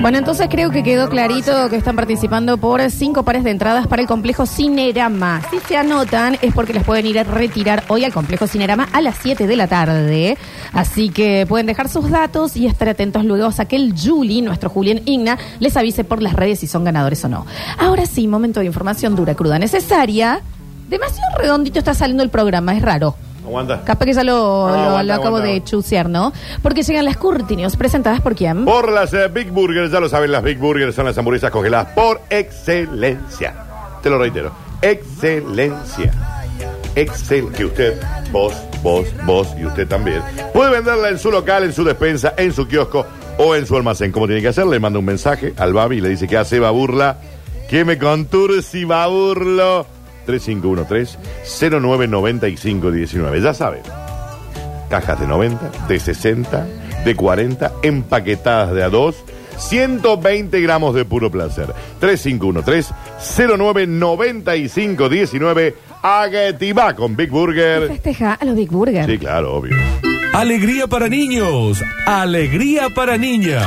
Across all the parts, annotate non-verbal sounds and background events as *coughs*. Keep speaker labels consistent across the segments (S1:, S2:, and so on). S1: Bueno, entonces creo que quedó clarito que están participando por cinco pares de entradas para el complejo Cinerama. Si se anotan es porque las pueden ir a retirar hoy al complejo Cinerama a las 7 de la tarde. Así que pueden dejar sus datos y estar atentos luego a que el Juli, nuestro Julián Igna, les avise por las redes si son ganadores o no. Ahora sí, momento de información dura, cruda, necesaria. Demasiado redondito está saliendo el programa, es raro.
S2: Aguanta.
S1: Capaz que ya lo, lo-
S2: No, aguanta,
S1: lo acabo
S2: aguanta.
S1: de chusear, ¿no? Porque llegan las Curti News, presentadas por quién.
S2: Por las eh, Big Burgers, ya lo saben, las Big Burgers son las hamburguesas congeladas por excelencia. Te lo reitero, excelencia. Excel, que usted, vos, vos, vos y usted también, puede venderla en su local, en su despensa, en su kiosco o en su almacén. Como tiene que hacer? Le manda un mensaje al Babi y le dice que hace baburla, que me conturbe si baburlo. 3513-099519. Ya saben, cajas de 90, de 60, de 40, empaquetadas de a 2, 120 gramos de puro placer. 3513-099519. Aguetibá con Big Burger.
S1: Festeja a los Big Burger.
S2: Sí, claro, obvio.
S3: Alegría para niños, alegría para niñas.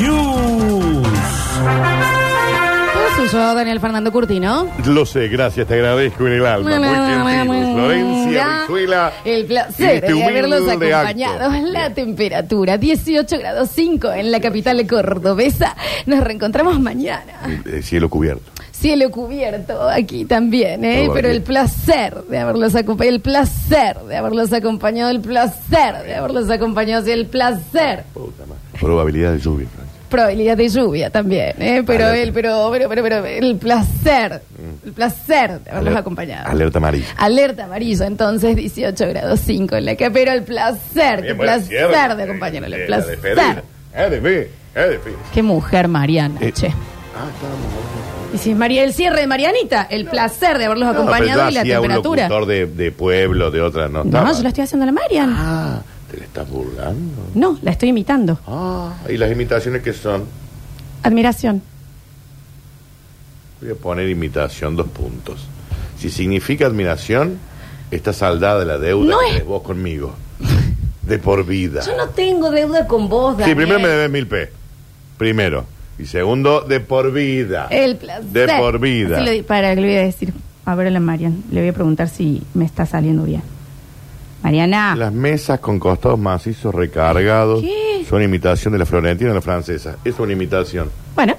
S3: News.
S1: Todo suyo, Daniel Fernando Curti, ¿no?
S2: Lo sé, gracias, te agradezco en el alma. Muy gentil, Florencia
S1: Ya.
S2: Brizuela.
S1: El
S2: Y
S1: placer
S2: este
S1: de haberlos
S2: humilde
S1: acompañado.
S2: acto.
S1: La temperatura, 18 grados 5 en la capital cordobesa. Nos reencontramos mañana.
S2: Eh, Cielo cubierto.
S1: Cielo cubierto aquí también, ¿eh?
S2: Todo
S1: Pero
S2: aquí.
S1: el placer de haberlos acompañado, el placer de haberlos acompañado, el placer de haberlos acompañado, sí, el placer.
S2: Puta madre. Probabilidad de lluvia, Florencia.
S1: Probabilidad de lluvia también, ¿eh? Pero
S2: Alerta. Mm.
S1: el, pero, pero, pero, pero, el placer, el placer de haberlos
S2: Aler-
S1: acompañado.
S2: Alerta amarilla.
S1: Alerta amarilla, entonces 18 grados 5 en la que, pero el placer, qué
S2: Bien, bueno,
S1: placer
S2: cierre.
S1: de acompañarlo,
S2: Eh,
S1: el
S2: la despedida.
S1: placer.
S2: Eh, de fin, eh, de fin.
S1: Qué mujer Mariana,
S2: Eh,
S1: che. Y si es María, el cierre de Marianita, el placer de haberlos acompañado
S2: No, pero yo
S1: y la
S2: hacía
S1: temperatura.
S2: Un locutor de, de pueblo, de otra, no
S1: No,
S2: estaba.
S1: yo la estoy haciendo a la Marian.
S2: Ah, te le estás burlando.
S1: No, la estoy imitando.
S2: Ah, y las imitaciones que son.
S1: Admiración.
S2: Voy a poner imitación dos puntos. Si significa admiración, está saldada de la deuda
S1: No
S2: que
S1: es-
S2: tenés vos conmigo. De por vida.
S1: Yo no tengo deuda con vos,
S2: Sí,
S1: Daniel.
S2: primero me debes mil P. Primero. Y segundo, de por vida.
S1: El placer.
S2: De por vida.
S1: Así lo di- para que le voy a decir. A ver a la Marian. Le voy a preguntar si me está saliendo bien. Mariana.
S2: Las mesas con costados macizos recargados
S1: ¿Qué?
S2: son imitación de la florentina y la francesa. Es una imitación.
S1: Bueno,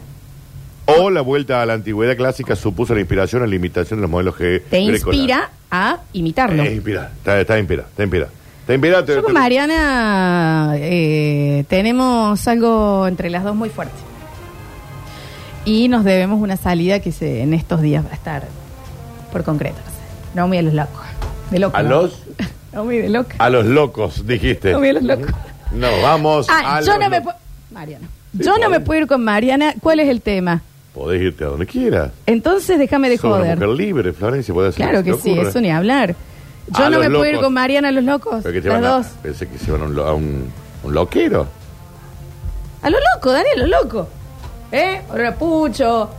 S2: O la vuelta a la antigüedad clásica supuso la inspiración a la imitación de los modelos que
S1: te inspira a imitarlo.
S2: Te inspira, está, está inspira, está inspira. Está inspira, te-
S1: Yo con
S2: te-
S1: Mariana eh, tenemos algo entre las dos muy fuerte. Y nos debemos una salida que se, en estos días va a estar por concretarse. No muy a los locos. De locos.
S2: A
S1: ¿no?
S2: los-
S1: *laughs* No muy de locos.
S2: a los locos, dijiste.
S1: No muy a los locos.
S2: Nos vamos
S1: Ah,
S2: a
S1: yo
S2: los
S1: no me
S2: locos.
S1: puedo. Mariana.
S2: Sí,
S1: yo no
S2: podés.
S1: me puedo ir con Mariana. ¿Cuál es el tema?
S2: Podés irte a donde quieras.
S1: Entonces déjame de
S2: Sos una
S1: joder.
S2: mujer libre, Florencia, podés hacer
S1: Claro
S2: lo
S1: que
S2: te
S1: sí,
S2: ocurra.
S1: eso ni hablar. Yo
S2: A
S1: no
S2: los
S1: me puedo ir
S2: locos.
S1: con Mariana a los locos.
S2: Pero que te
S1: Las
S2: van a-
S1: dos.
S2: pensé que se van a un, lo- a un- un loquero.
S1: A lo loco, Daniel, a lo loco. ¿Eh? Olor a pucho.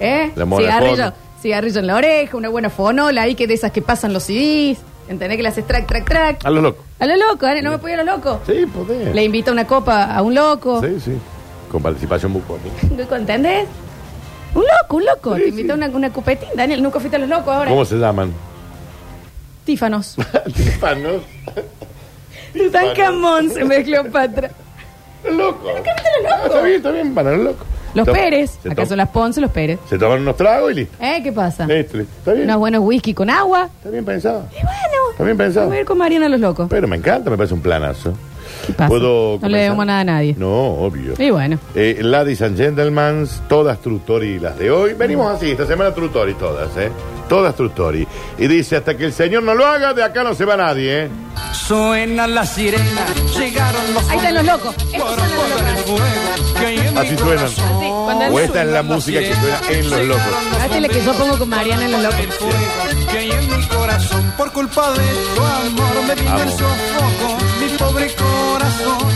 S1: ¿Eh?
S2: La mona
S1: cigarrillo,
S2: fono.
S1: cigarrillo en la oreja, una buena fonola ahí que de esas que pasan los CDs. ¿Entendés que las haces track, track, track?
S2: A los locos.
S1: A lo loco, Daniel, no me puedo ir a lo loco.
S2: Sí, podés.
S1: Le invito una copa a un loco.
S2: Sí, sí. Con participación bucónica.
S1: ¿Entendés? Un loco, un loco.
S2: Sí,
S1: Te invito
S2: sí.
S1: a una, una cupetín, Daniel. Nunca fuiste a los locos ahora.
S2: ¿Cómo se llaman? *laughs*
S1: Tífanos.
S2: Tífanos.
S1: Tan camón se mezcló patra.
S2: Loco.
S1: los locos.
S2: Ah, Está bien, está bien, van a los locos.
S1: Los
S2: To-
S1: Pérez.
S2: se
S1: Acá
S2: to-
S1: son las Ponce, los Pérez.
S2: Se toman unos tragos y listo.
S1: ¿Eh? ¿Qué pasa?
S2: Listo, listo. Está bien.
S1: Unos buenos whisky con agua.
S2: Está bien pensado.
S1: Y bueno.
S2: Está bien pensado.
S1: Voy a ir con Mariana a los locos.
S2: Pero me encanta, me parece un planazo.
S1: ¿Qué pasa?
S2: ¿Puedo
S1: no
S2: comenzar?
S1: le debemos nada a nadie.
S2: No, obvio.
S1: Y bueno.
S2: Eh, ladies and gentlemen, todas Trutori las de hoy. Venimos así, esta semana Trutori todas, ¿eh? Todas Trutori. Y dice, hasta que el señor no lo haga, de acá no se va nadie, ¿eh?
S4: Suena la sirena, llegaron los
S1: Ahí están los locos. Estos son los locos.
S4: el fuego que hay en mi
S2: Así suenan.
S4: corazón.
S1: Sí, cuando él
S2: O
S1: sube.
S2: esta es la música que suena en Los Locos.
S1: Esta es la que yo pongo con Mariana en los
S4: El
S1: locos.
S4: fuego que hay en mi corazón por culpa de tu amor me vino el
S2: Vamos.
S4: sofoco, mi pobre corazón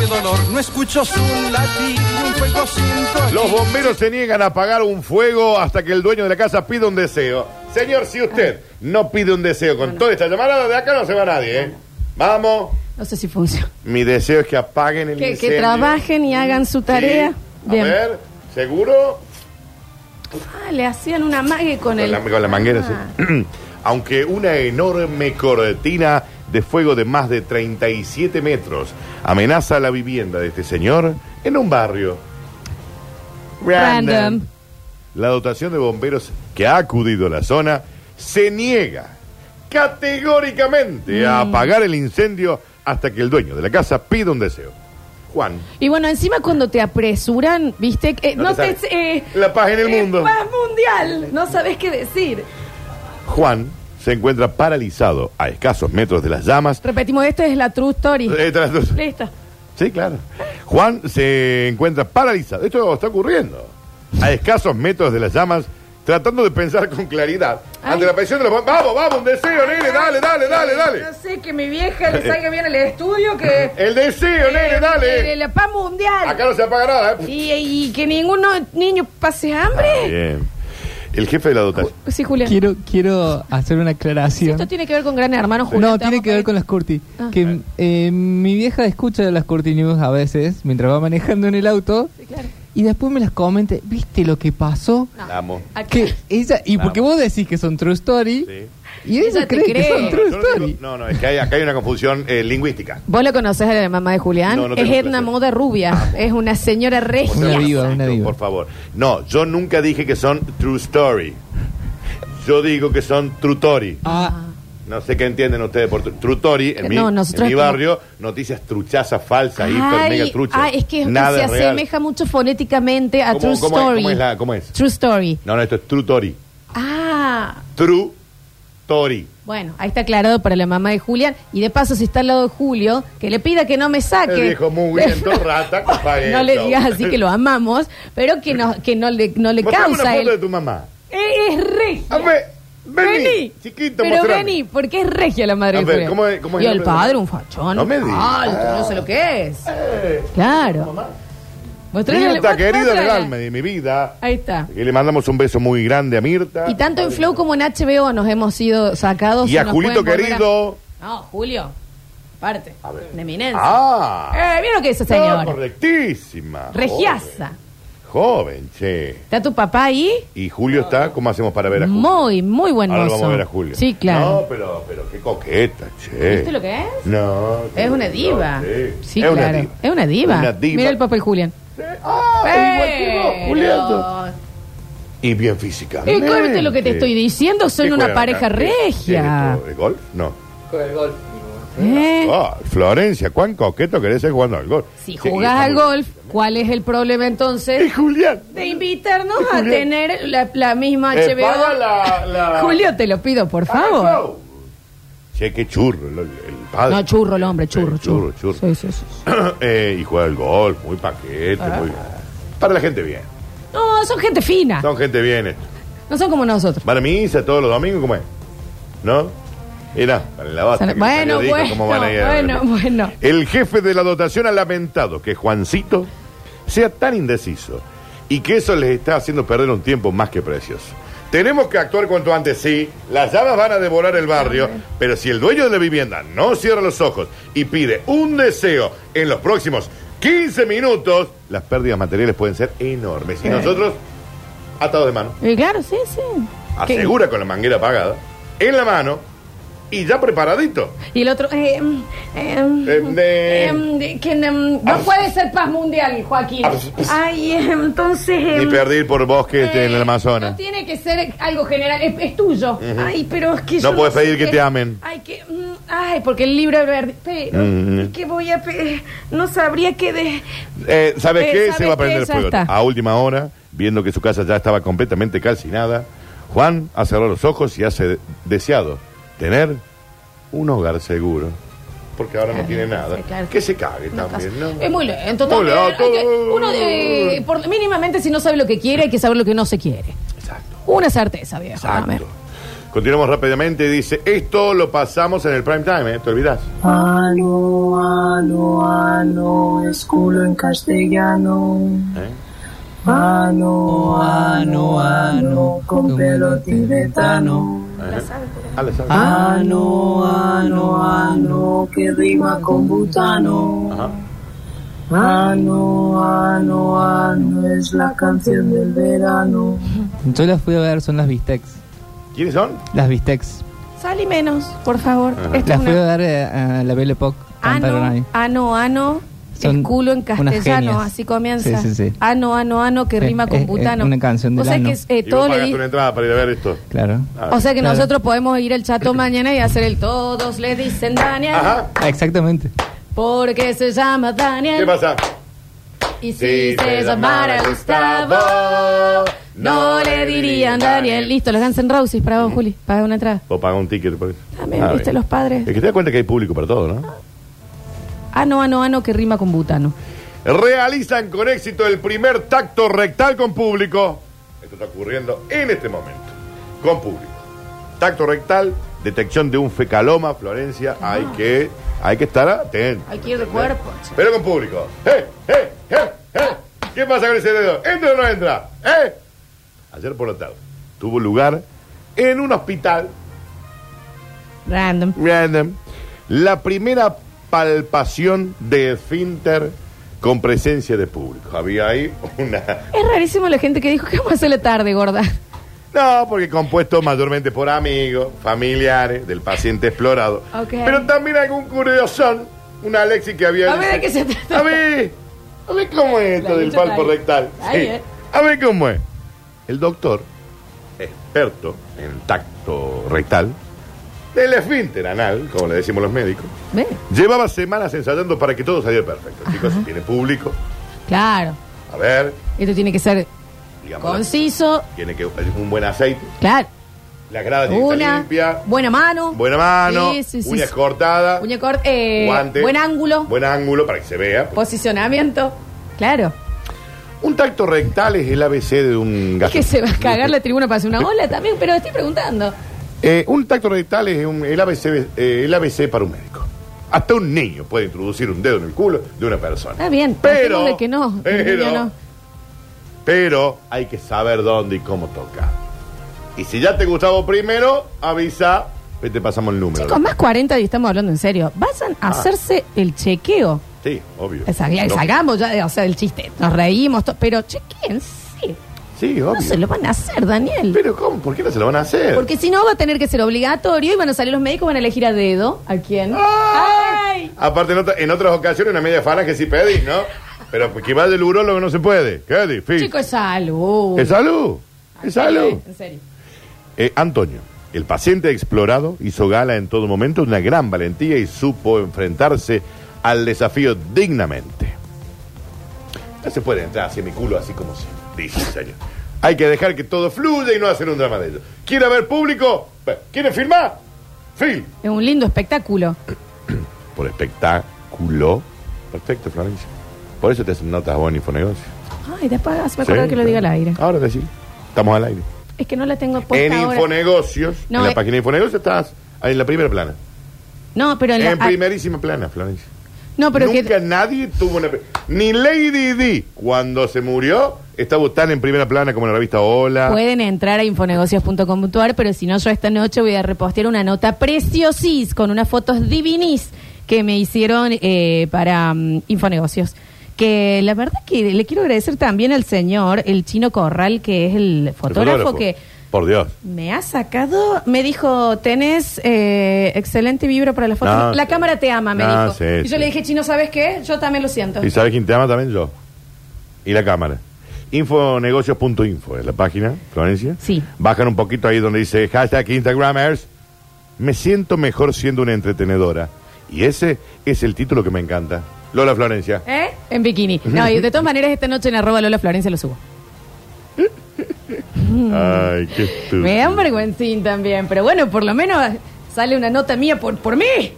S4: de dolor. No escucho su latir, ni un fuego siento aquí.
S2: Los bomberos se niegan a apagar un fuego hasta que el dueño de la casa pida un deseo. Señor, si usted no pide un deseo con toda esta llamada, de acá no se va nadie, ¿eh? Vamos.
S1: No sé si funciona.
S2: Mi deseo es que apaguen el
S1: Que, que
S2: incendio.
S1: trabajen y hagan su tarea.
S2: Sí.
S1: Bien.
S2: A ver, ¿seguro?
S1: Ah, le hacían una mague con,
S2: Con
S1: el. Ah.
S2: la, con la manguera, sí. *clears throat* Aunque una enorme cortina de fuego de más de 37 metros amenaza la vivienda de este señor en un barrio.
S1: Random.
S2: La dotación de bomberos que ha acudido a la zona se niega categóricamente
S1: Mm.
S2: a apagar el incendio hasta que el dueño de la casa pida un deseo. Juan.
S1: Y bueno, encima cuando te apresuran, viste, que- eh,
S2: No
S1: no,
S2: te
S1: te...
S2: sale. La paz en el
S1: eh,
S2: mundo.
S1: Paz mundial, no sabes qué decir.
S2: Juan se encuentra paralizado a escasos metros de las llamas.
S1: Repetimos, esta es la true story.
S2: *laughs* Eh, tras-
S1: Listo.
S2: Sí, claro. Juan se encuentra paralizado. Esto está ocurriendo. A escasos metros de las llamas, tratando de pensar con claridad.
S1: Ay.
S2: Ante la presión de los bom- Vamos, vamos, un deseo, nene, dale, dale, dale, dale.
S1: No sé, que mi vieja le salga bien al estudio, que...
S2: El deseo, nene,
S1: Eh,
S2: dale.
S1: La paz mundial.
S2: Acá no se apaga nada, ¿eh?
S1: Y, y que ninguno niño pase hambre.
S2: Bien. El jefe de la dotación.
S1: Sí, Julián.
S5: Quiero, quiero hacer una aclaración.
S1: Esto tiene que ver con Gran Hermano, Julián.
S5: No,
S1: te
S5: tiene
S1: vamos
S5: que
S1: a
S5: ver
S1: pedir-
S5: con las Curti.
S1: Ah.
S5: Que eh, mi vieja escucha las Curti News a veces, mientras va manejando en el auto,
S1: Sí, claro.
S5: y después me las comenta, ¿viste lo que pasó?
S1: No.
S2: Amo.
S1: Acá-
S5: Que ella, y porque vos decís que son true story,
S2: Sí.
S5: y
S1: Ella
S5: ella
S1: te
S5: cree,
S1: cree.
S5: que
S1: No,
S5: son
S1: no,
S5: true
S2: Yo no
S5: story.
S2: digo- No, no, es que hay, acá hay una confusión eh, lingüística.
S1: Vos la conocés a la mamá de Julián.
S2: No, no
S1: es
S2: tengo
S1: Edna
S2: placer.
S1: Moda Rubia. Es una señora regia.
S5: Una viva, una
S2: Exacto,
S5: diva.
S2: Por favor. No, yo nunca dije que son true story. Yo digo que son trutori.
S5: Ah,
S2: No sé qué entienden ustedes por tru- trutori. En mi,
S1: No, nosotros
S2: en mi
S1: estamos-
S2: barrio, noticias truchazas falsas, hiper,
S1: Ay,
S2: mega truchas.
S1: ah, es que
S2: Nada
S1: se
S2: es real.
S1: asemeja mucho fonéticamente a
S2: ¿Cómo-
S1: True
S2: cómo es-
S1: Story.
S2: cómo es la- cómo es?
S1: True Story.
S2: No, no, esto es trutori.
S1: Ah,
S2: Trutori.
S1: bueno, ahí está aclarado para la mamá de Julián. Y de paso, si está al lado de Julio, que le pida que no me saque.
S2: El viejo mugriento, rata,
S1: *laughs*
S2: que pague
S1: No
S2: el
S1: le
S2: show.
S1: digas así que lo amamos, pero que no, que no le, no le
S2: Mostrame una
S1: causa
S2: foto
S1: el...
S2: de tu mamá.
S1: Eh, Es regia.
S2: A ver, vení. Chiquito,
S1: Pero
S2: mostrame.
S1: vení, porque es regia la madre
S2: A
S1: de
S2: ver,
S1: Julián.
S2: ¿cómo es- cómo es
S1: Y
S2: el
S1: el
S2: nombre de-
S1: padre, un fachón.
S2: No me digas. Eh,
S1: Alto, no sé lo que es. Claro. Mostrale-
S2: Mirta,
S1: mot-
S2: querida del
S1: mostrale.
S2: alma de mi vida.
S1: Ahí está.
S2: Y le mandamos un beso muy grande a Mirta.
S1: Y tanto en Flow como en HBO nos hemos sido sacados.
S2: Y a
S1: nos
S2: Julito
S1: pueden volver a-
S2: querido.
S1: No, Julio. Parte.
S2: A ver.
S1: De eminencia.
S2: Ah.
S1: Eh, ¿Vieron lo que dice,
S2: No,
S1: señor?
S2: correctísima.
S1: Regiaza.
S2: Joven, che.
S1: Está tu papá ahí.
S2: Y Julio está, ¿cómo hacemos para ver a Julio?
S1: Muy, muy buen
S2: Ahora lo
S1: mozo.
S2: vamos a ver a Julio.
S1: Sí, claro.
S2: No, pero, pero qué coqueta, che.
S1: ¿Viste lo que es?
S2: No.
S1: Es una diva.
S2: no,
S1: Sí,
S2: sí.
S1: claro.
S2: una diva.
S1: Es una diva.
S2: Una diva.
S1: Mira el papel Julián.
S2: Ah, igual que vos,
S1: Pero-
S2: Juliato. Y bien física.
S1: Eh, cóbrate lo que te estoy diciendo, son una pareja regia.
S2: ¿El golf? No.
S1: ¿Eh?
S2: Ah, Florencia, ¿cuán coqueto querés ser jugando al golf?
S1: Si
S2: Sí,
S1: jugás
S2: está
S1: al
S2: muy-
S1: golf, ¿cuál es el problema
S2: ¡Eh,
S1: entonces?
S2: Julián!
S1: De invitarnos *laughs* a
S2: Julián.
S1: tener la, la misma
S2: Eh,
S1: HBO.
S2: paga la-
S1: *laughs*
S2: la-
S1: Julio, te lo pido, por
S2: Ah,
S1: favor.
S2: no. Che, qué churro el, el padre.
S1: No, churro el hombre,
S2: Sí,
S1: churro, churro.
S2: churro, churro.
S1: Sí, sí, sí.
S2: *coughs* Eh, y juega al golf, muy paquete, muy... Para la gente bien.
S1: No, son gente fina.
S2: Son gente bien. eh.
S1: No son como nosotros.
S2: Van a misa todos los domingos, ¿cómo es? ¿No? Mira, para la basta. que el
S1: Bueno,
S2: señor dijo
S1: bueno,
S2: cómo van a ir a-
S1: bueno, bueno.
S2: El jefe de la dotación ha lamentado que Juancito sea tan indeciso y que eso les está haciendo perder un tiempo más que precioso. Tenemos que actuar cuanto antes, sí. Las llamas van a devorar el barrio, pero si el dueño de la vivienda no cierra los ojos y pide un deseo en los próximos 15 minutos, las pérdidas materiales pueden ser enormes. Y nosotros, atados de mano
S1: Y claro, sí, sí. ¿Qué?
S2: asegura con la manguera apagada, en la mano y ya preparadito.
S1: Y el otro. eh, mm, eh, mm,
S2: Em, de- Ah,
S1: em, de- que, mm, no
S2: Ars-
S1: puede ser paz mundial, Joaquín.
S2: Ars-
S1: Ay, eh, entonces.
S2: ah, pues, Ni
S1: em,
S2: perder por bosque este,
S1: eh,
S2: en el
S1: No
S2: Amazonas.
S1: tiene que ser algo general, es, es tuyo. Ay, pero es que
S2: No
S1: yo
S2: puedes
S1: sé
S2: pedir que
S1: qué-
S2: te amen.
S1: Ay, que. mm, Ay, porque el libro es verde. Pero.
S2: Mm.
S1: ¿y ¿Qué voy a pedir? No sabría qué de.
S2: Eh, ¿Sabes
S1: Eh,
S2: qué?
S1: ¿sabes
S2: Se va a
S1: qué?
S2: prender
S1: Ya
S2: fuego.
S1: está.
S2: A última hora, viendo que su casa ya estaba completamente calcinada, Juan ha cerrado los ojos y hace deseado tener un hogar seguro. Porque ahora no tiene nada.
S1: sí, claro.
S2: Que se cague
S1: una
S2: también,
S1: casa.
S2: ¿no?
S1: Es muy lento.
S2: Muy
S1: también.
S2: lento.
S1: Hay que- uno de- por- mínimamente, si no sabe lo que quiere, hay que saber lo que no se quiere.
S2: Exacto.
S1: Una certeza, viejo. A ver.
S2: Exacto. Continuamos rápidamente. Dice, esto lo pasamos en el prime time, ¿eh? ¿Te olvidas?
S6: Aló, aló, aló, es culo en castellano.
S2: ¿Eh?
S6: Ano, ano, ano, con pelo tibetano.
S2: Ah, la sabe.
S6: Ano, ano, ano, que rima con butano.
S2: Ajá.
S6: Ano, ano, ano, es la canción del verano.
S1: Ah.
S5: Yo las fui a ver, son las Vistex.
S2: ¿Quiénes son?
S5: Las Vistex.
S1: Sal y menos, por favor.
S2: Ajá.
S1: Esto
S5: Las
S1: es
S5: fui
S1: una... Ah,
S5: a ver eh, a la Belle Époque. Cantaron
S1: Ano,
S5: ahí.
S1: ano, ano. el
S5: Son
S1: culo en
S5: unas
S1: castellano,
S5: genias.
S1: así comienza.
S5: Sí, sí, sí.
S1: Ano, ano, ano, que
S5: Eh,
S1: rima
S5: eh,
S1: con
S5: eh,
S1: butano.
S5: una canción
S1: o
S5: del
S1: sea
S5: ano.
S1: que eh,
S2: Y vos
S1: todo le
S2: pagaste
S1: di-
S2: una entrada para ir a ver esto.
S5: Claro.
S2: Ah,
S1: O sea que
S5: Claro.
S1: nosotros podemos ir al *clears throat* chato mañana y hacer el todos le dicen Daniel.
S2: Ajá.
S5: Ah, Exactamente.
S1: Porque se llama
S2: ¿Qué
S1: Daniel.
S2: pasa?
S1: Y si se llamara Gustavo, no le dirían Daniel. Mm. Listo, los Guns N' Roses para vos, Juli. Paga una entrada.
S2: O paga un ticket, por eso.
S1: También,
S2: Ah,
S1: viste,
S2: bien.
S1: los padres.
S2: Es que te das cuenta que hay público para todo, ¿no?
S1: Ano, ano, ano, ah, que rima con butano.
S2: realizan con éxito el primer tacto rectal con público. Esto está ocurriendo en este momento, con público. Tacto rectal, detección de un fecaloma, Florencia, hay que hay que estar atento.
S1: Ah. Hay que ir de cuerpo, che.
S2: Pero con público. ¡Eh, eh, eh, eh! ¿Qué pasa con ese dedo? ¿Entra o no entra? ¿Eh? Ayer por la tarde tuvo lugar en un hospital
S1: Random.
S2: Random. em, La primera palpación de esfínter con presencia de público. Había ahí una...
S1: Es rarísimo la gente que dijo que vamos a hacer la tarde, gorda. *laughs*
S2: No, porque compuesto mayormente por amigos, familiares del paciente explorado.
S1: Ok.
S2: Pero también algún curiosón, un Alexis que había...
S1: A ver de qué se trata.
S2: *laughs* A ver, a ver cómo es
S1: La
S2: esto del
S1: lucha
S2: palpo
S1: está ahí.
S2: rectal.
S1: Está
S2: Sí.
S1: ahí, eh.
S2: A ver cómo es. El doctor, experto en tacto rectal, del esfínter anal, como le decimos los médicos,
S1: ¿Ve?
S2: Llevaba semanas ensayando para que todo saliera perfecto. Chicos, si tiene público,
S1: Claro.
S2: a ver,
S1: Esto tiene que ser
S2: digamos,
S1: conciso.
S2: tiene que un buen aceite,
S1: Claro.
S2: la grada tiene que estar
S1: Una.
S2: limpia,
S1: Buena mano.
S2: buena mano,
S1: Sí, sí, sí,
S2: uñas
S1: sí.
S2: cortadas,
S1: Uña corta. eh,
S2: guantes,
S1: Buen ángulo.
S2: buen ángulo para que se vea.
S1: Posicionamiento. Claro.
S2: Un tacto rectal es el ABC de un
S1: Es
S2: gasto.
S1: que
S2: *laughs*
S1: se va a cagar la tribuna para hacer una ola también, pero estoy preguntando.
S2: Eh, un tacto rectal es un- el, ABC, eh, el ABC para un médico. Hasta un niño puede introducir un dedo en el culo de una persona.
S1: Está bien,
S2: pero,
S1: tratémosle que no, que el
S2: pero,
S1: niño no.
S2: pero hay que saber dónde y cómo tocar. Y si ya te gustaba primero, avisa, que te pasamos el número.
S1: Chicos, más 40 y estamos hablando en serio. Vayan a hacerse el chequeo. Pues,
S2: Sí, obvio.
S1: Salga-
S2: Ah. No.
S1: Salgamos ya, de- o sea, del chiste. Nos reímos, to- pero chequen, sí.
S2: Sí, obvio.
S1: No se lo van a hacer, Daniel.
S2: Pero ¿cómo? ¿Por qué no se lo van a hacer?
S1: Porque si no va a tener que ser obligatorio y van a salir los médicos, van a elegir a dedo. ¿A quién? ¡Ay!
S2: Aparte, en, otra- en otras ocasiones, una media falange sí pedís, ¿no? Pero pues, que va del urólogo no se puede. Qué difícil.
S1: Chicos, es salud.
S2: ¡Es salud! ¡Es salud!
S1: En serio.
S2: Eh, Antonio, el paciente explorado hizo gala en todo momento de una gran valentía y supo enfrentarse al desafío dignamente. No se puede entrar hacia mi culo así como se dice, señor. Hay que dejar que todo fluya y no hacer un drama de ello. ¿Quiere haber público? Bueno, ¿Quiere firmar? Film.
S1: Es un lindo espectáculo.
S2: Por espectáculo. Perfecto, Florencia. Por eso te hacen notas vos en Infonegocio.
S1: Ay, después me acuerdo
S2: Sí,
S1: que lo diga al aire.
S2: Ahora decir. Estamos al aire.
S1: Es que no la tengo puesta
S2: en
S1: ahora.
S2: Infonegocios,
S1: No,
S2: en la
S1: eh.
S2: página de Infonegocios estás en la primera plana.
S1: No, pero en
S2: En,
S1: la- ah,
S2: primerísima plana, Florencia.
S1: No, pero
S2: Nunca
S1: que
S2: nadie tuvo una... pri- Ni Lady Di, cuando se murió, estaba tan en primera plana como en la revista Hola.
S1: pueden entrar a infonegocios.com.ar, pero si no, yo esta noche voy a repostear una nota preciosis con unas fotos divinis que me hicieron eh, para mm, Infonegocios. Que la verdad que le quiero agradecer también al señor, el chino Corral, que es el
S2: El
S1: fotógrafo, que
S2: Por Dios.
S1: me ha sacado, me dijo, tenés eh, excelente vibra para las fotos.
S2: No,
S1: la
S2: sí.
S1: cámara te ama, me
S2: No,
S1: dijo.
S2: sí,
S1: y yo
S2: sí.
S1: le dije, chino, ¿sabes qué? Yo también lo siento.
S2: ¿Y sabes quién te ama también? Yo. Y la cámara. Infonegocios.info es la página, Florencia.
S1: Sí.
S2: Bajan un poquito ahí donde dice hashtag Instagramers. Me siento mejor siendo una entretenedora. Y ese es el título que me encanta. Lola Florencia.
S1: ¿Eh? En bikini. No, y
S2: *laughs*
S1: de todas maneras, esta noche en arroba Lola Florencia lo subo.
S2: Ay, qué estúpido.
S1: Me da un vergüencín también, pero bueno, por lo menos sale una nota mía por, por mí.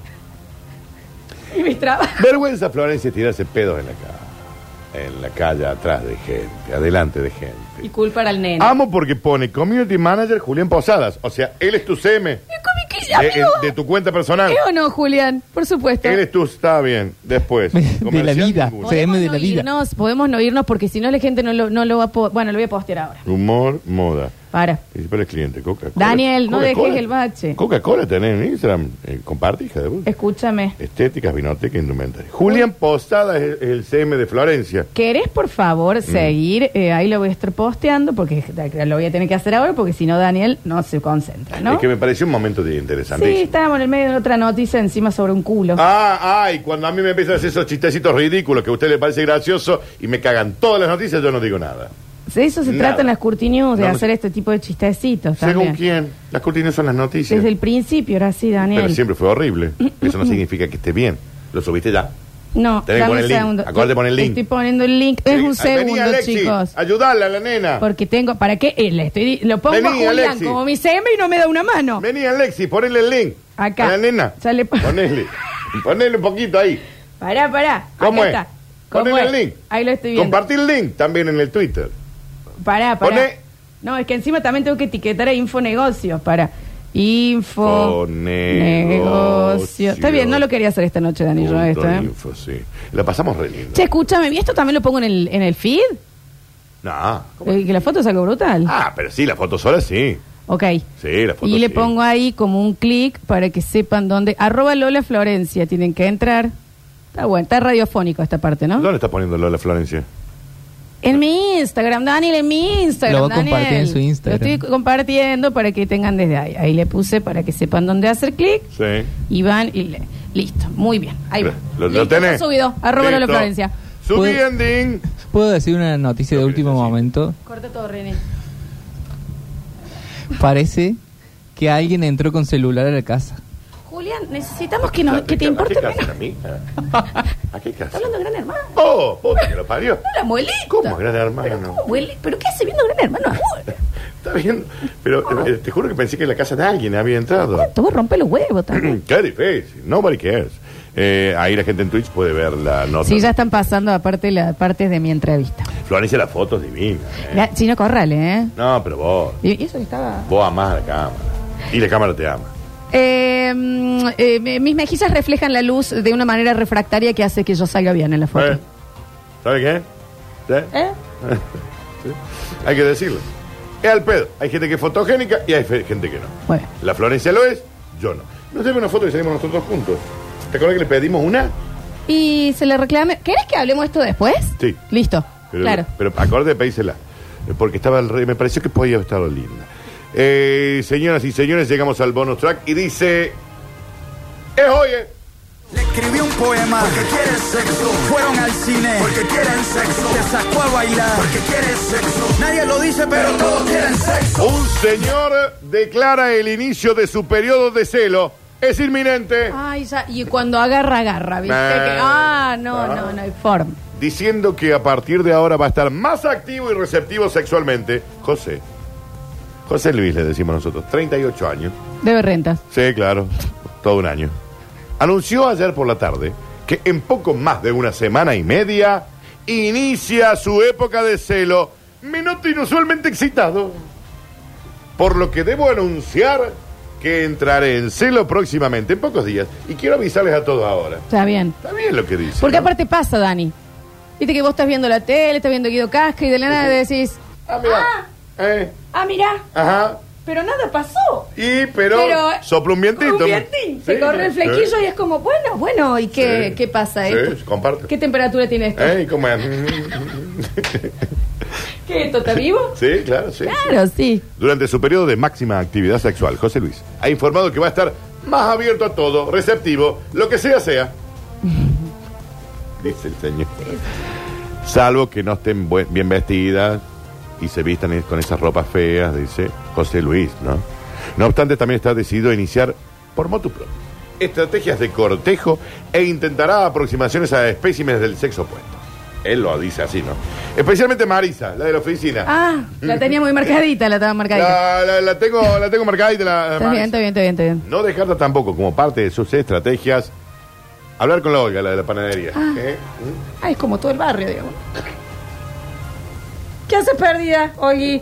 S1: Y mis trabajos.
S2: Vergüenza, Florencia, tirarse pedos en la cara. en la calle atrás de gente, adelante de
S1: Y
S2: gente.
S1: culpar al nene.
S2: Amo porque pone Community Manager Julián Posadas. O sea, él es tu CM.
S1: Es como que-
S2: De,
S1: amigo,
S2: de tu cuenta personal.
S1: ¿eh o no, Julián? Por supuesto.
S2: Él es tu, está bien. Después.
S5: De la
S2: Comercial,
S5: vida.
S2: ninguno.
S5: Sí.
S1: Podemos
S5: CM de
S1: no
S5: la vida.
S1: irnos, podemos no irnos porque si no la gente no lo, no lo va a... po- Bueno, lo voy a postear ahora.
S2: Humor, moda.
S1: Para.
S2: Principales clientes, Coca-Cola.
S1: Daniel, no
S2: Coca-Cola.
S1: dejes el bache.
S2: Coca-Cola tenés en Instagram. Eh, compartí, hija de puta.
S1: Escúchame.
S2: Estéticas, vinoteca, indumentaria. Julián Posada es el, el CM de Florencia.
S1: ¿Querés, por favor,
S2: Mm.
S1: seguir? Eh, ahí lo voy a estar posteando porque lo voy a tener que hacer ahora porque si no, Daniel no se concentra, ¿no?
S2: Es que me pareció un momento de interesantísimo.
S1: Sí, estábamos en el medio de otra noticia encima sobre un culo.
S2: Ah, ay, cuando a mí me empiezan a hacer esos chistecitos ridículos que a usted le parece gracioso y me cagan todas las noticias, yo no digo nada.
S1: De eso se
S2: nada.
S1: trata en las curtinews, de
S2: No, no
S1: hacer
S2: sé.
S1: este tipo de chistecitos
S2: Según
S1: también.
S2: quién, las cortinas son las noticias.
S1: Desde el Mm, principio era así, Daniel.
S2: Pero siempre fue horrible. Eso no significa que esté bien. Lo subiste ya.
S1: No,
S2: Tenés que
S1: dame
S2: poner
S1: un
S2: el link.
S1: segundo.
S2: Acordate de poner el link.
S1: Estoy poniendo el link. Es
S2: Sí.
S1: un
S2: Ah, vení, Ah,
S1: segundo,
S2: Alexis,
S1: chicos.
S2: Ayudala a la nena.
S1: Porque tengo, ¿para qué? Eh, le estoy, di- lo pongo
S2: Vení,
S1: a Julián
S2: Alexis.
S1: como mi CM y no me da una mano.
S2: Vení, Alexis, ponele el link.
S1: Acá.
S2: A la nena.
S1: Ya le pon-
S2: Ponele. Ponele un poquito ahí.
S1: *laughs* Pará, pará.
S2: ¿Cómo
S1: Acá
S2: es?
S1: está. ¿Cómo
S2: Ponele
S1: es?
S2: el link.
S1: Ahí lo estoy viendo.
S2: Compartí el link también en el Twitter.
S1: Pará, pará.
S2: Poné-
S1: No, es que encima también tengo que etiquetar a Infonegocios, para. Info.
S2: Negocio.
S1: Está bien, no lo quería hacer esta noche, Dani, yo
S2: Punto
S1: esto, ¿eh?
S2: info, sí. La pasamos re lindo.
S1: Che, escúchame, ¿y esto también lo pongo en el, en el feed?
S2: No.
S1: Eh, que la foto es algo brutal.
S2: Ah, pero sí, la foto sola sí.
S1: Ok.
S2: Sí, la foto
S1: Y le
S2: sí.
S1: pongo ahí como un clic para que sepan dónde. Arroba Lola Florencia, tienen que entrar. Está bueno, está radiofónico esta parte, ¿no?
S2: ¿Dónde está poniendo Lola Florencia?
S1: En mi Instagram, Daniel, en mi Instagram.
S5: Lo va a
S1: Daniel.
S5: compartir en su Instagram.
S1: Lo estoy compartiendo para que tengan desde ahí. Ahí le puse para que sepan dónde hacer clic.
S2: Sí.
S1: Y van y le- listo. Muy bien. Ahí va.
S2: ¿Lo, lo
S1: Listo,
S2: tenés?
S1: está Subido. Arroba Lola
S2: Listo.
S1: Florencia.
S2: Subí
S5: Puedo-
S2: ending.
S5: ¿Puedo decir una noticia de
S2: Lo que
S5: último
S2: necesito.
S5: momento?
S1: Corta todo, René.
S5: Parece que alguien entró con celular a la casa.
S1: Julián, necesitamos que, nos, que te importe
S2: ¿A Ah, qué casa,
S1: menos.
S2: a mí? Ah, ¿A qué casa?
S1: Está hablando de Gran Hermano.
S2: Oh, puta que
S1: *laughs*
S2: lo parió.
S1: No, la abuelita.
S2: ¿Cómo, gran hermano?
S1: ¿Pero, cómo, abueli- ¿Pero qué hace viendo Gran
S2: *laughs*
S1: Hermano ahora?
S2: Está bien,
S1: Oh.
S2: pero eh, te juro que pensé que en la casa de alguien había entrado.
S1: ¿Cuánto? Vos rompe los huevos
S2: *clears throat*
S1: también.
S2: Qué difícil, nobody cares. Eh, ahí la gente en Twitch puede ver la nota.
S1: Sí, ya están pasando aparte las partes de mi entrevista.
S2: Florencia, la foto es divina. eh.
S1: La- Chino Corrales, ¿eh?
S2: No, pero vos,
S1: Y y eso que estaba...
S2: vos amás a la cámara. Y la cámara te ama.
S1: Eh, mm, eh, me- mis mejillas reflejan la luz de una manera refractaria que hace que yo salga bien en la foto.
S2: ¿Eh? ¿Sabes qué? ¿Sí?
S1: ¿Eh?
S2: Hay que decirlo. Es al pedo. Hay gente que es fotogénica y hay fe- gente que no.
S1: Bueno.
S2: La Florencia lo es, yo no. Nos debe una foto que salimos nosotros juntos. ¿Te acuerdas que le pedimos una?
S1: Y se le reclame. ¿Querés que hablemos esto después?
S2: Sí.
S1: Listo.
S2: Pero,
S1: claro.
S2: Pero acorde de pedírsela. Eh, Porque estaba el rey, me pareció que podía estar linda. Eh, señoras y señores, llegamos al bonus track y dice. ¡Es eh". oye!
S7: Le escribí un poema porque quiere sexo. Fueron al cine porque quieren sexo. Te sacó a bailar porque quiere sexo. Nadie lo dice, pero todos quieren sexo.
S2: Un señor declara el inicio de su periodo de celo. Es inminente.
S1: Ay, ya. Y cuando agarra, agarra, ¿viste?
S2: Nah.
S1: Que- ah, no, no, no, hay forma.
S2: Diciendo que a partir de ahora va a estar más activo y receptivo sexualmente. José. José Luis, le decimos nosotros. 38 años.
S1: Debe rentas.
S2: Sí, claro. Todo un año. Anunció ayer por la tarde que en poco más de una semana y media inicia su época de celo. Me noto inusualmente excitado. Por lo que debo anunciar que entraré en celo próximamente, en pocos días. Y quiero avisarles a todos ahora.
S1: Está bien.
S2: Está bien lo que dice.
S1: Porque
S2: ¿no?
S1: aparte pasa, Dani. Viste que vos estás viendo la tele, estás viendo Guido Casca y de la nada decís,
S2: Ah, mira. Eh,
S1: ah, mirá,
S2: ajá.
S1: pero nada pasó.
S2: Y pero, eh, sopla un vientito.
S1: Un vientín.
S2: Sí,
S1: Se corre el flequillo
S2: sí.
S1: y es como, bueno, bueno, ¿y qué,
S2: Sí.
S1: qué pasa
S2: Sí,
S1: esto?
S2: comparte.
S1: ¿Qué temperatura tiene esto?
S2: Eh, ¿y cómo es?
S1: ¿Qué esto está vivo?
S2: Sí, claro, sí. sí.
S1: Claro, sí.
S2: Durante su periodo de máxima actividad sexual, José Luis ha informado que va a estar más abierto a todo, receptivo, lo que sea sea. Dice el señor. Salvo que no estén buen- bien vestidas y se vistan es- con esas ropas feas, dice José Luis, ¿no? No obstante, también está decidido a iniciar por motu propio estrategias de cortejo e intentará aproximaciones a espécimes del sexo opuesto. Él lo dice así, ¿no? Especialmente Marisa, la de la oficina.
S1: Ah,
S2: Mm.
S1: la tenía muy marcadita, la estaba marcadita.
S2: La, la- la tengo, la tengo marcada y te la.
S1: Está bien, está bien, está bien, está bien.
S2: No descarta tampoco como parte de sus estrategias Hablar con la Olga, la de la panadería.
S1: Ah.
S2: ¿Eh?
S1: Ah, es como todo el barrio, digamos. ¿Qué haces perdida, Olgui?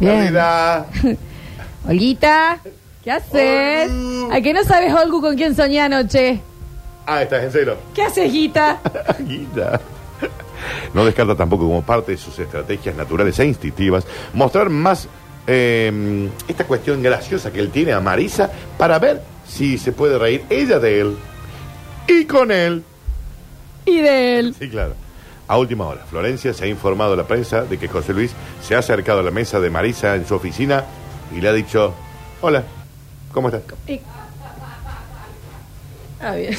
S1: Bien.
S2: Navidad.
S1: Olguita, ¿qué haces?
S2: Olgu.
S1: ¿A que no sabes, Olgu, con quién soñé anoche?
S2: Ah, estás en cero. *laughs*
S1: ¿Qué haces, Guita?
S2: Guita. No descarta tampoco como parte de sus estrategias naturales e instintivas mostrar más eh, esta cuestión graciosa que él tiene a Marisa para ver si se puede reír ella de él y con él.
S1: Y de él.
S2: Sí, claro. A última hora, Florencia se ha informado a la prensa de que José Luis se ha acercado a la mesa de Marisa en su oficina y le ha dicho, hola, ¿cómo estás?
S1: Y- *laughs* Ah, bien.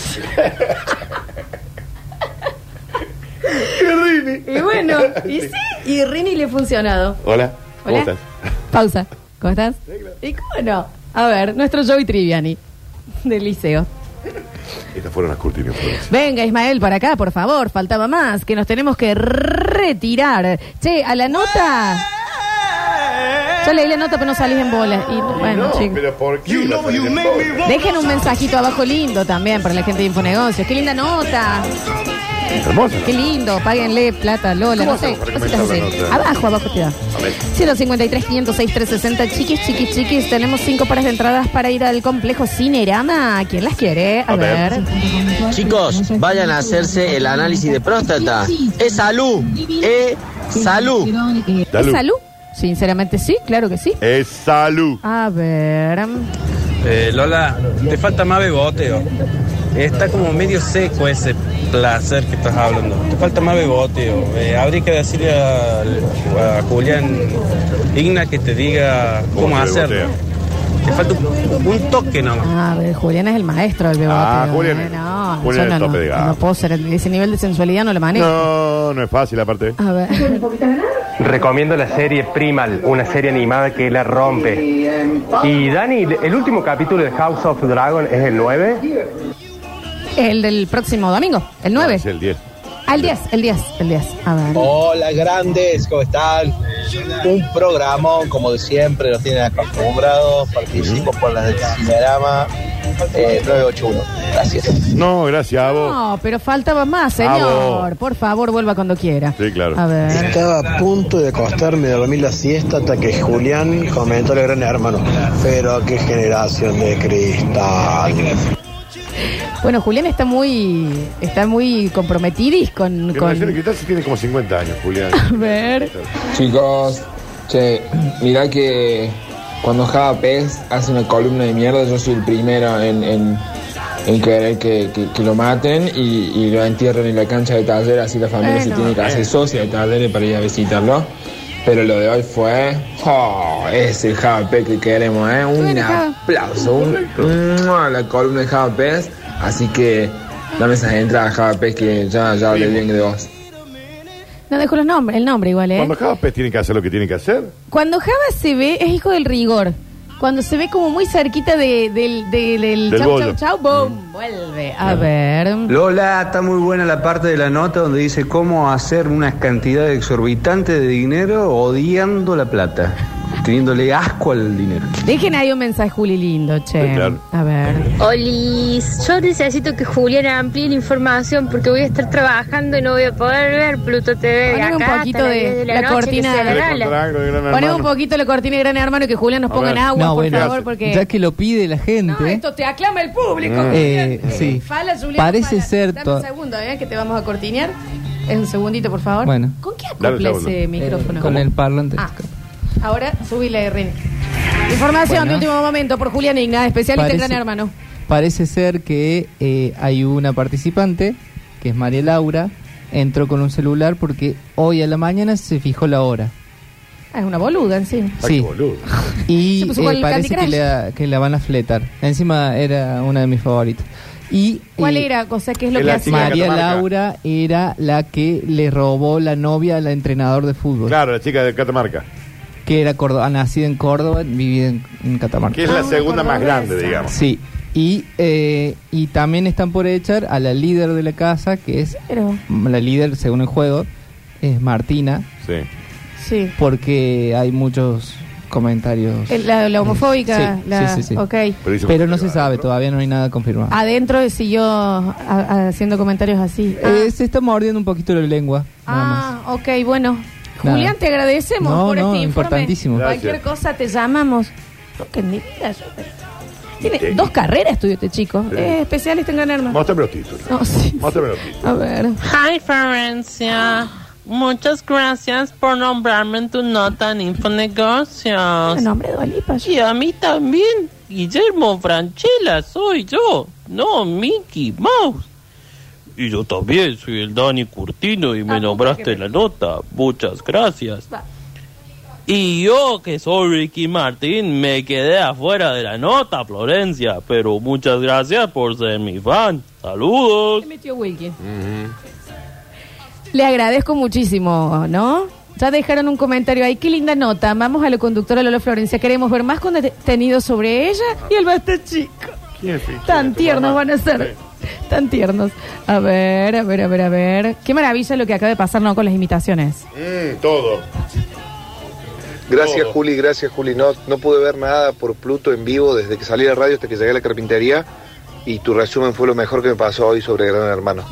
S1: Y bueno, y sí, y Rini le ha funcionado.
S2: Hola, ¿cómo
S1: Hola.
S2: estás?
S1: Pausa. ¿Cómo estás? ¿Y cómo no? A ver, nuestro Joey Triviani del liceo.
S2: Estas fueron las cortinas, Florencia.
S1: Venga, Ismael, para acá, por favor. Faltaba más, que nos tenemos que retirar. Che, a la nota. Yo leí la nota, pero no salís en bola. Y, bueno,
S2: no,
S1: chicos.
S2: pero ¿por qué?
S4: You
S2: la
S4: know you
S2: tenés
S4: make me
S2: pobre?
S1: Dejen un mensajito abajo lindo también para la gente de Infonegocios. Qué linda nota.
S2: Hermosa. ¿no?
S1: Qué lindo. Páguenle plata, Lola.
S2: ¿Cómo
S1: No sé.
S2: hacemos para
S1: no sé las
S2: comenzar la
S1: hacer.
S2: nota?
S1: Abajo, abajo te da.
S2: A ver.
S1: 153, 506, 360. Chiquis, chiquis, chiquis. Tenemos cinco pares de entradas para ir al complejo Cinerama. ¿Quién las quiere? A,
S2: A ver.
S1: ver.
S8: Chicos, vayan a hacerse el análisis de próstata. Es salud. Es salud.
S1: ¿Es
S2: Salud.
S1: salud? Sinceramente sí, claro que sí.
S2: Es salud.
S1: A ver.
S9: Eh, Lola, te falta más beboteo. Está como medio seco ese placer que estás hablando. Te falta más beboteo. Eh, habría que decirle al- a, Julián Igna que te diga cómo,
S2: ¿Cómo se
S9: hacerlo. Te falta un, un toque nomás.
S1: A ver, Julián es el maestro del beboteo.
S2: Ah, Julián.
S1: eh, No,
S2: Julián
S1: yo
S2: es
S1: no,
S2: tope de
S1: no,
S2: gama.
S1: no puedo ser. Ese nivel de sensualidad no lo manejo.
S2: No, no es fácil aparte.
S1: A ver.
S10: Recomiendo la serie Primal, una serie animada que la rompe. Y Dani, el último capítulo de House of Dragon es el 9.
S1: El del próximo domingo, el 9.
S2: Es el Oh. 10.
S1: Al 10, el 10, el 10. A ver.
S9: Hola grandes, ¿cómo están? Un programa, como de siempre, nos tienen acostumbrados. Participo por las del Cinerama eh, 981. Gracias.
S2: No, gracias a vos.
S1: No, pero faltaba más,
S2: Bravo.
S1: señor. Por favor, vuelva cuando quiera.
S2: Ah, Sí, claro.
S1: A ver.
S10: Estaba a punto de acostarme, dormir la siesta hasta que Julián comentó el gran hermano. Pero qué generación de cristal.
S1: Bueno, Julián está muy está muy comprometidis con,
S2: Que
S1: con-
S2: Marcelo Cristal sí tiene como 50 años, Julián.
S1: A ver.
S11: Chicos, che, mirá que cuando Java Pez hace una columna de mierda, yo soy el primero en, en, en querer que, que- que lo maten y, y lo entierren en la cancha de taller, así la familia se
S1: Bueno.
S11: tiene que hacer socia de taller para ir a visitarlo. Pero lo de hoy fue. ¡Oh! Es el Java Pez que queremos, ¿eh? Un
S1: Bueno, Java.
S11: aplauso, un. ¡Mua! La columna de Java Pez. Así que dame esas entradas, Java Pez, que ya, ya hablé bien de vos.
S1: No dejo los nombres, el nombre igual, ¿eh?
S2: Cuando cada pez tiene que hacer lo que tiene que hacer.
S1: Cuando Java se ve, es hijo del rigor. Cuando se ve como muy cerquita de- del, del, del
S2: Del
S1: chau,
S2: bollo. Mm.
S1: chau, chau, boom, vuelve. A ver.
S10: Lola, está muy buena la parte de la nota donde dice cómo hacer unas cantidades exorbitantes de dinero odiando la plata, teniéndole asco al dinero.
S1: Dejen ahí un mensaje, Juli lindo, che.
S2: Sí, claro. Eh,
S1: A ver.
S12: Olis, yo necesito que Julián amplíe la información porque voy a estar trabajando y no voy a poder ver Pluto TV de
S1: Poneme
S12: acá.
S1: un poquito
S12: hasta las
S1: de
S12: 10
S1: la
S12: noche que
S1: cortina
S12: se
S1: de-
S2: Le
S12: regala.
S2: contrario, gran
S1: Ponemos un
S2: hermano.
S1: poquito la cortina de gran hermano y que Julián nos
S2: A
S1: ponga en
S2: ver.
S1: agua,
S5: No,
S1: Ah, por
S5: bueno.
S1: favor, porque.
S5: Ya que lo pide la gente.
S1: No, esto te aclama el público.
S5: Mm. Eh,
S1: Julián.
S5: sí.
S1: Fala, Julián,
S5: Parece
S1: fala.
S5: ser
S1: Dame
S5: to-
S1: un segundo, ¿eh? Que te vamos a cortinear. Es un segundito, por favor.
S5: Bueno.
S1: ¿Con qué
S2: Dale un
S1: acople
S2: segundo.
S1: ese micrófono?
S5: Eh, con el parlante.
S1: Ah, ahora subile, Rini. Información
S5: Bueno.
S1: de último momento por Julián Igna, especialista en
S5: Parece-
S1: Gran Hermano.
S5: Parece ser que eh, hay una participante, que es María Laura, entró con un celular porque hoy a la mañana se fijó
S1: *laughs*
S5: la hora.
S1: Ah, es una boluda, en sí.
S2: Ay, qué
S5: Sí.
S2: boludo.
S5: Y
S1: Se puso con
S5: eh,
S1: el
S5: parece
S1: Candy
S5: que la, que la van a fletar. Encima era una de mis favoritas. Y,
S1: ¿Cuál
S5: eh,
S1: era? O sea, ¿qué es lo
S2: el
S1: que
S2: artículo-
S1: hacía?
S5: María
S2: Catamarca.
S5: Laura era la que le robó la novia al entrenador de fútbol,
S2: Claro, la chica de Catamarca.
S5: que era Córdoba, nacida en Córdoba, vivía en, en Catamarca.
S2: Que es la
S1: Ah,
S2: segunda
S1: por
S2: más grande,
S1: esa.
S2: digamos.
S5: Sí, y, eh, y también están por echar a la líder de la casa, que es
S1: Pero,
S5: la líder según el juego, es Martina,
S2: Sí.
S1: sí.
S5: porque hay muchos comentarios.
S1: Eh, La, la homofóbica,
S5: Sí,
S1: la,
S5: sí, sí, sí.
S1: ok.
S5: Pero, no se sabe, todavía no hay nada confirmado.
S1: Ah, Adentro siguió a- haciendo comentarios así.
S5: Eh, se está mordiendo un poquito la lengua.
S1: Ah, ok, bueno.
S5: Nada.
S1: Julián, te agradecemos
S5: No,
S1: por
S5: no,
S1: este informe.
S5: importantísimo.
S1: Cualquier
S5: Gracias.
S1: cosa te llamamos. No, que ni vida, yo- Tiene dos carreras estudió este chico.
S2: Sí.
S1: Es especialista en Gran Hermano.
S2: Muéstrame los títulos.
S1: No, sí.
S2: Muéstrame los títulos.
S1: A ver.
S13: Hi Florencia, muchas gracias por nombrarme en tu nota en Infonegocios.
S1: El nombre de
S13: Y a mí también, Guillermo Franchella, soy yo, no Mickey Mouse. Y yo también soy el Dani Curtino y me nombraste la nota, muchas gracias. Y yo que soy Ricky Martín me quedé afuera de la nota, Florencia, pero muchas gracias por ser mi fan. Saludos.
S1: Se metió Wilkin. Le agradezco muchísimo, ¿no? Ya dejaron un comentario ahí. Qué linda nota. Vamos a la conductora Lola Florencia. Queremos ver más contenido sobre ella y el basta chico. Tan tiernos van a ser. Tan tiernos. A ver, a ver, a ver, a ver. Qué maravilla lo que acaba de pasar, ¿no? Con las imitaciones.
S2: Mm, todo.
S14: Gracias Juli, gracias Juli. No, no pude ver nada por Pluto en vivo desde que salí de la radio hasta que llegué a la carpintería y tu resumen fue lo mejor que me pasó hoy sobre Gran Hermano.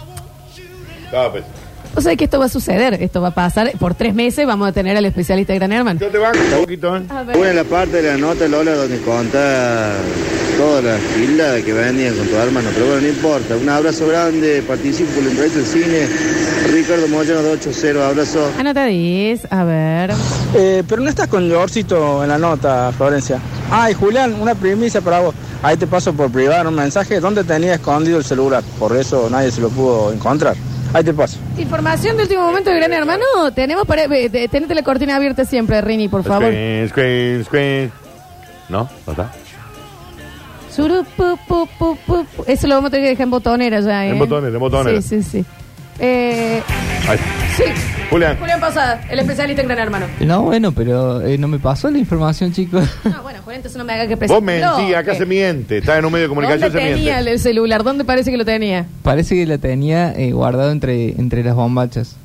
S2: Estaba pues, pensando.
S1: O sea que esto va a suceder. Esto va a pasar. Por tres meses vamos a tener al especialista de Gran Hermano.
S2: Yo te banco un poquito, ¿eh?
S15: Estuve en la parte de la nota, Lola, donde contás todas las giladas que vendían con tu hermano, pero bueno, no importa. Un abrazo grande, participo en el proyecto del cine. Ricardo Moyano 280, abrazo.
S1: Anotadís. A ver.
S16: Eh, pero no estás con Yorcito en la nota, Florencia. Ay, Julián, una primicia para vos. Ahí te paso por privado un mensaje. ¿Dónde tenía escondido el celular? Por eso nadie se lo pudo encontrar. Ahí te paso.
S1: Información de último momento de Gran Hermano. Tenemos para. eh, te- Tenete la cortina abierta siempre, Rini, por favor.
S2: Screen, screen, screen. ¿No? ¿No está?
S1: Suru, pu, pu, pu, pu, pu. Eso lo vamos a tener que dejar en botonera ya, ¿eh?
S2: En botonera, en botonera.
S1: Sí, sí, sí. Eh,
S2: Ahí.
S1: sí.
S2: Julián.
S1: Julián Posada, el especialista en Gran Hermano.
S5: No, bueno, pero eh, no me pasó la información, chicos. *laughs*
S1: No, Ah, bueno, Julián, entonces no me haga que
S2: Vos
S1: presente.
S2: mentí,
S1: No,
S2: acá
S1: eh,
S2: se miente. Está en un medio de
S1: ¿Dónde
S2: comunicación, se
S1: tenía
S2: miente.
S1: el celular? ¿Dónde parece que lo tenía?
S5: Parece que la tenía eh, guardado entre, entre las bombachas.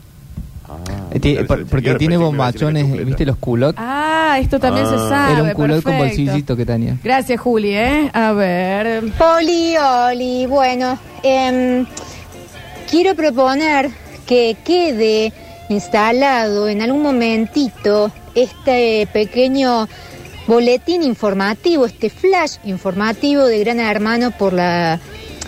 S5: Eh, ti- por- porque tiene bombachones, eh, ¿viste los culottes?
S1: Ah, esto también se sabe.
S5: Era un culotte con
S1: perfecto.
S5: bolsillito que tenía.
S1: Gracias, Juli, ¿eh? A ver.
S17: Oli, Oli, bueno, em, quiero proponer que quede instalado en algún momentito este pequeño boletín informativo, este flash informativo de Gran Hermano por la,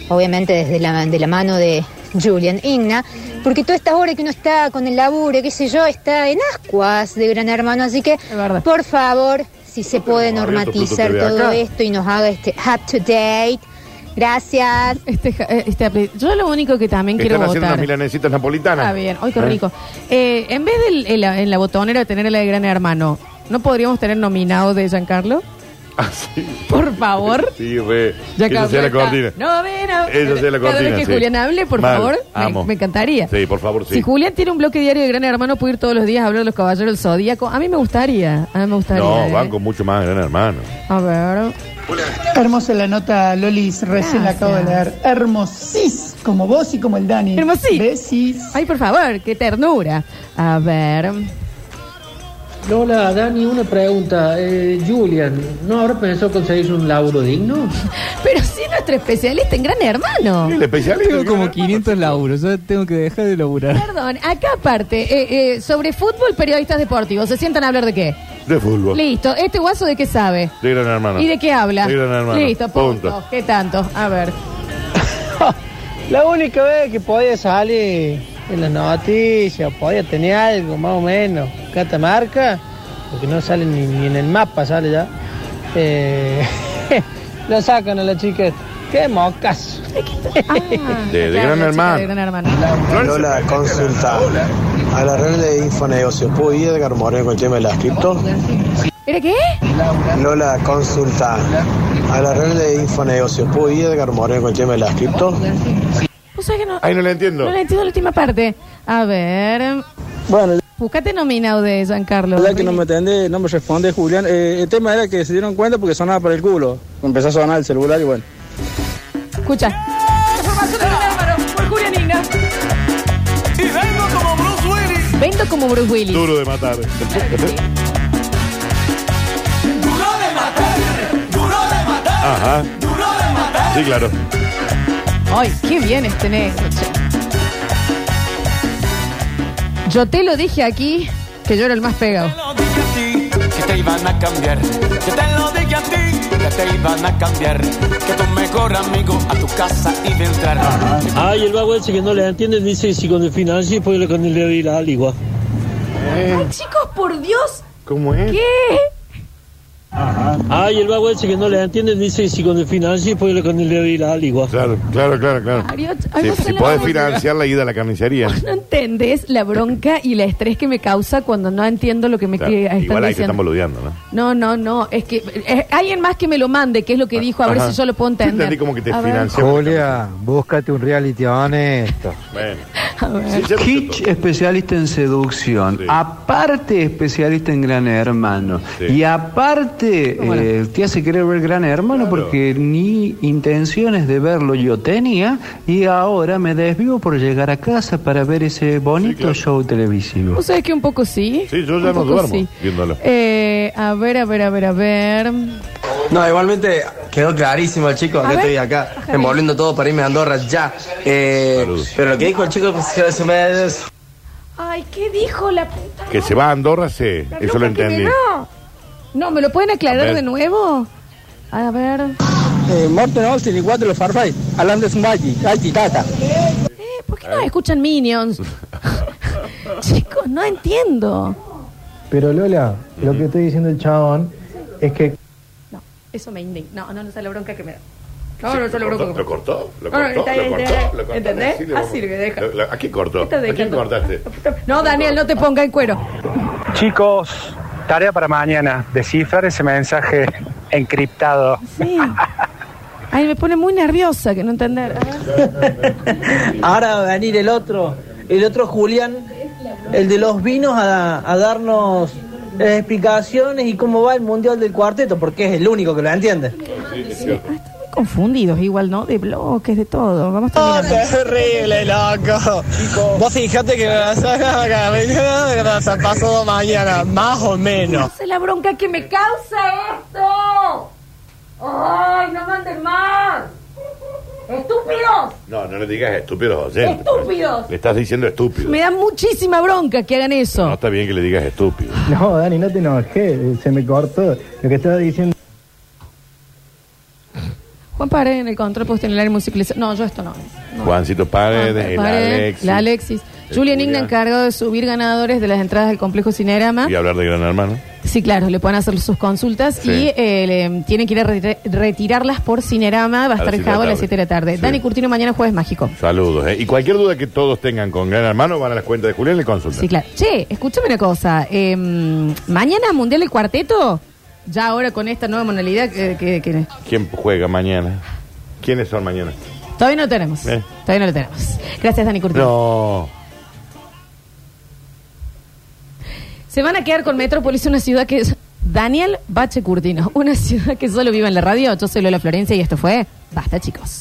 S17: obviamente desde la, de la mano de Julian Igna, porque todas estas horas que uno está con el laburo, qué sé yo, está en ascuas de Gran Hermano, así que por favor, si se puede
S1: abierto Pluto
S17: normatizar
S1: TV
S17: todo
S1: acá.
S17: esto y nos haga este up to date. Gracias.
S1: Este, ja- eh, este apli- yo lo único que también
S2: Están
S1: quiero
S2: haciendo
S1: votar.
S2: unas milanesitas napolitanas.
S1: Está bien, hoy qué
S2: ¿Eh? *laughs*
S1: rico. Eh, en vez del- en la, en la botonera tener la de Gran Hermano, ¿no podríamos tener nominado de Giancarlo? Por favor.
S2: Ah, Sí, re.
S1: Ya
S2: Esa
S1: cambió
S2: sea la
S1: esta.
S2: cortina.
S1: No, ven, no.
S2: Esa sea la
S1: Cada
S2: cortina,
S1: vez que
S2: sí.
S1: Julián hable, por
S2: Mal,
S1: favor, me-
S2: amo.
S1: Me, encantaría.
S2: Sí, por favor, sí.
S1: Si Julián tiene un bloque diario de Gran Hermano, puede ir todos los días a hablar de los caballeros del Zodíaco. A mí me gustaría. A mí me gustaría.
S2: no,
S1: eh.
S2: banco mucho más, gran hermano.
S1: A ver.
S18: Hermosa la nota, Lolis, recién la acabo de leer. Hermosís, como vos y como el Dani.
S1: Hermosís. Ay, por favor, qué ternura. A ver.
S19: Lola, Dani, una pregunta. Eh, Julian, ¿no habrá pensado conseguir un laburo digno?
S1: Pero sí, nuestro especialista en Gran Hermano.
S5: Tengo como 500 laburos, yo tengo que dejar de laburar.
S1: Perdón, acá aparte, eh, eh, sobre fútbol, periodistas deportivos, ¿se sientan a hablar de qué?
S2: De fútbol.
S1: Listo, ¿este guaso de qué sabe?
S2: De gran hermano.
S1: ¿Y de qué habla?
S2: De gran hermano.
S1: Listo, punto. ¿Qué tanto? A ver.
S19: La única vez que podía salir en las noticias, podía tener algo más o menos, Catamarca, porque no sale ni, ni en el mapa, sale ya. Eh, *laughs* la sacan a la chica. esta. ¡Qué mocas!
S16: Ah.
S1: Eh,
S2: De, de gran hermano.
S20: Lola, consulta. A la red de Infonegocios, ¿puedo ir Edgar Moreno con el tema de las cripto?
S1: ¿Era qué?
S20: Lola, consulta. A la red de Infonegocios, ¿puedo ir Edgar Moreno con el tema de las cripto?
S1: ¿Vos sabés que no,
S2: Ahí no le entiendo.
S1: no le entiendo la última parte? A ver. Bueno. Buscate nominado de Giancarlo.
S16: La verdad que no me atendé, no me responde Julián. Eh, el tema era que se dieron cuenta porque sonaba por el culo. Empezó a sonar el celular y bueno.
S1: Escucha. Información de Gran Hermano, por Julián Igna.
S4: Y vengo como Bruce Willis.
S1: Vendo como Bruce Willis.
S2: Duro de matar. *laughs*
S4: Ah.
S2: Ajá. Sí, claro.
S1: Ay, qué bien este negro, che. Yo te lo dije aquí que yo era el más pegado.
S4: que te iban a cambiar. Yo te lo dije a ti, que te iban a cambiar. Que tu mejor amigo a tu casa iba a entrar.
S21: Ay, el vago ese que no le entiende dice si con el financiero y puede con el de ir al igual.
S1: Ay, chicos, por Dios.
S2: ¿Cómo
S1: ¿Qué?
S21: Ay, el vago ese que no le entiende dice si con el financiero y puede con el de ir al igual.
S2: Claro, claro, claro, claro.
S1: Mario, ay, no
S2: Si,
S1: sé
S2: si
S1: la
S2: podés
S1: música.
S2: financiar la ida a la carnicería.
S1: No entendés la bronca y el estrés que me causa cuando no entiendo lo que me
S2: Claro,
S1: que están
S2: Igual ahí se
S1: diciendo.
S2: están boludeando, ¿no?
S1: No, no, no. Es que eh, alguien más que me lo mande, que es lo que dijo, a ver
S2: Ah, Ajá.
S1: si yo lo puedo
S2: Yo
S1: entender.
S2: entendí como que te
S1: A ver.
S2: financiaban.
S22: Julia, búscate un reality honesto.
S2: Bueno.
S1: A ver.
S10: Kitsch, especialista en seducción. Aparte, especialista en Gran Hermano. Y aparte, eh, te hace querer ver Gran Hermano porque ni intenciones de verlo yo tenía. Y ahora me desvivo por llegar a casa para ver ese bonito show televisivo.
S1: ¿Vos sabés que un poco sí?
S10: Sí, yo
S1: Un
S10: ya no
S1: poco
S10: duermo
S1: sí.
S10: viéndolo.
S1: Eh, a ver, a ver, a ver, a ver.
S23: No, igualmente quedó clarísimo el chico,
S1: A
S23: acá
S1: ver.
S23: estoy acá,
S1: Ajá.
S23: envolviendo todo para irme a Andorra ya. Eh, pero lo que dijo el chico pues, se se me-
S1: Ay, ¿qué dijo la puta?
S2: Que se va a Andorra, sí. Eso lo entendí.
S1: No. No, ¿me lo pueden
S2: A
S1: aclarar
S2: ver.
S1: de nuevo? A ver.
S16: Eh, Morten Olsen igual de los Farfay, hablando de Zumbachi, Gachi, Tata.
S1: Eh, ¿Por qué no escuchan
S2: *laughs*
S1: Minions? Chicos, no entiendo.
S22: Pero Lola, lo que estoy diciendo el chabón es que
S1: Eso me indigna. No, no, no sé la bronca que me da.
S2: Sí,
S1: No, no sé la
S2: lo,
S1: bronca.
S2: cortó, lo cortó, lo
S1: No, no,
S2: cortó,
S1: está
S2: lo
S1: bien,
S2: cortó,
S1: está bien.
S2: lo cortó.
S1: ¿Entendés?
S2: Sí, le vamos-
S1: Así lo que deja.
S2: Lo- lo- ¿A quién cortó?
S1: Está
S2: ¿A quién
S1: dejando.
S2: cortaste?
S1: No, Daniel, no te ponga en cuero.
S24: Chicos, tarea para mañana, descifrar ese mensaje encriptado.
S1: Sí. Ay, me pone muy nerviosa que no entender. A ver.
S25: Ahora va a venir el otro, el otro Julián, el de los vinos, a, a darnos las explicaciones y cómo va el Mundial del Cuarteto, porque es el único que lo entiende.
S1: Confundidos igual, ¿no? De bloques, de todo. Vamos
S26: Oh,
S1: terminando.
S26: terrible, loco. Vos fijate que me vas a que vas a pasado mañana, más o menos.
S1: No sé la bronca que me causa esto. ¡Ay, no manden más! ¡Estúpidos!
S2: No, no le digas estúpidos oyentes.
S1: ¡Estúpidos!
S2: Le estás diciendo estúpido.
S1: Me da muchísima bronca que hagan eso.
S2: No está bien que le digas estúpido.
S22: No, Dani, no te enojes, se me cortó. Lo que estaba diciendo.
S1: Juan Paredes en el control puesto en el área musicaliza. No, yo esto no.
S2: Juancito Paredes, el
S1: Paredes,
S2: Alex.
S1: La Alexis.
S2: El
S1: Julián Igna
S2: Julián.
S1: encargado de subir ganadores de las entradas del complejo Cinerama.
S2: Y hablar de Gran Hermano.
S1: Sí, claro, le pueden hacer sus consultas
S2: Sí.
S1: y eh, le- tienen que ir a reti- retirarlas por Cinerama. Va a
S2: las
S1: estar
S2: siete de
S1: cabo a
S2: la
S1: las
S2: tarde.
S1: 7 de la tarde. Dani Curtino, mañana jueves mágico.
S2: Saludos, ¿eh? Y cualquier duda que todos tengan con Gran Hermano, van a las cuentas de Julián y le consultan.
S1: Sí, claro. Che, escúchame una cosa. eh, mañana Mundial del Cuarteto, ya ahora con esta nueva modalidad que, que- que-
S2: ¿Quién juega mañana? ¿Quiénes son mañana?
S1: todavía no lo tenemos.
S2: Eh.
S1: Todavía no lo tenemos. Gracias, Dani Curtino.
S2: No.
S1: Se van a quedar con Metrópolis, una ciudad que es *laughs* Daniel Bache Curtino, una ciudad que solo vive en la radio. Yo soy Lola Florencia y esto fue Basta, chicos.